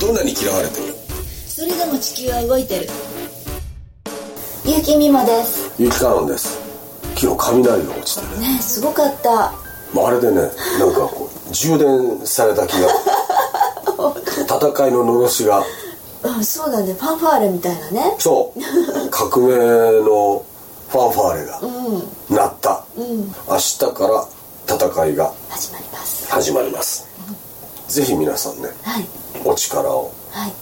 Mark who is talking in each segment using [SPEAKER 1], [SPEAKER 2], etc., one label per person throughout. [SPEAKER 1] どんなに嫌われても
[SPEAKER 2] それでも地球は動いてる結城美もです
[SPEAKER 1] ゆきかおんです昨日雷が落ちてね、
[SPEAKER 2] ねえすごかった
[SPEAKER 1] まあ、あれでねなんかこう充電された気が戦いののろしが
[SPEAKER 2] うんそうだねファンファーレみたいなね
[SPEAKER 1] そう革命のファンファーレが鳴った、明日から戦いが
[SPEAKER 2] 始まります
[SPEAKER 1] 始まります、ぜひ皆さんね
[SPEAKER 2] はい
[SPEAKER 1] お力を
[SPEAKER 2] はい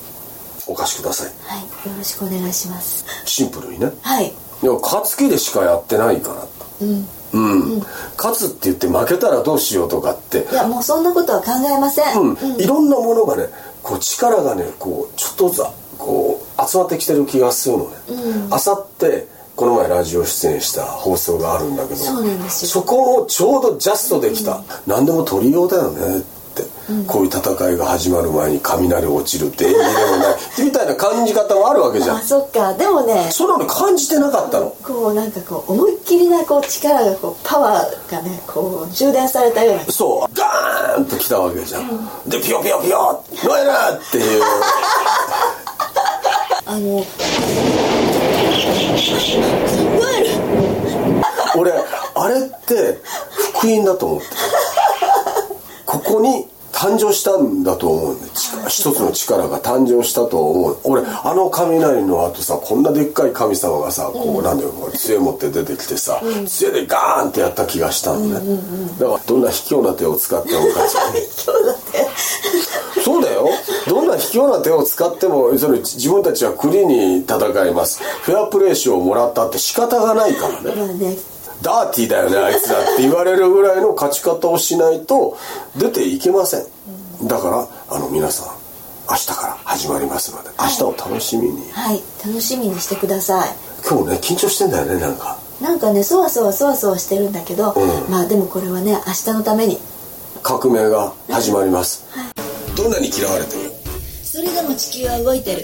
[SPEAKER 1] お貸しください
[SPEAKER 2] はいよろしくお願いします
[SPEAKER 1] シンプルにね
[SPEAKER 2] はい
[SPEAKER 1] でも勝つ気でしかやってないから
[SPEAKER 2] うん
[SPEAKER 1] うん、勝つって言って負けたらどうしようとかって
[SPEAKER 2] いやもうそんなことは考えません、
[SPEAKER 1] うん、いろんなものがねこう力がねこうちょっとずつこう集まってきてる気がするのねあさってこの前ラジオ出演した放送があるんだけど
[SPEAKER 2] そうなんですよ
[SPEAKER 1] そこをちょうどジャストできた、何でも取りようだよねって、こういう戦いが始まる前に雷落ちるって縁起でもないみたいな感じ方もあるわけじゃ
[SPEAKER 2] あ
[SPEAKER 1] ん
[SPEAKER 2] そっかでもね
[SPEAKER 1] そんなの感じてなかったの
[SPEAKER 2] こうなんかこう思いっきりなこう力がこうパワーがねこう充電されたような
[SPEAKER 1] そうガーンと来たわけじゃん、でピヨピヨピヨ「ノエラ!」っていう
[SPEAKER 2] あの
[SPEAKER 1] 俺あれって福音だと思ってるここに誕生したんだと思うんで力一つの力が誕生したと思う俺あの雷の後さこんなでっかい神様がさこうなんだよこう杖持って出てきてさ、杖でガーンってやった気がしたのね、だからどんな卑怯な手を使ってもおかしくないそうだよどんな卑怯な手を使ってもそれ自分たちは国に戦いますフェアプレー賞をもらったって仕方がないからね
[SPEAKER 2] まあね
[SPEAKER 1] ダーティーだよねあいつだって言われるぐらいの勝ち方をしないと出ていけませんだからあの皆さん明日から始まりますので明日を楽しみに
[SPEAKER 2] はい楽しみにしてください
[SPEAKER 1] 今日ね緊張してんだよねなんか
[SPEAKER 2] なんかねそわそわそわそわしてるんだけど、まあでもこれはね明日のために
[SPEAKER 1] 革命が始まりますどんなに嫌われても
[SPEAKER 2] それでも地球は動いてる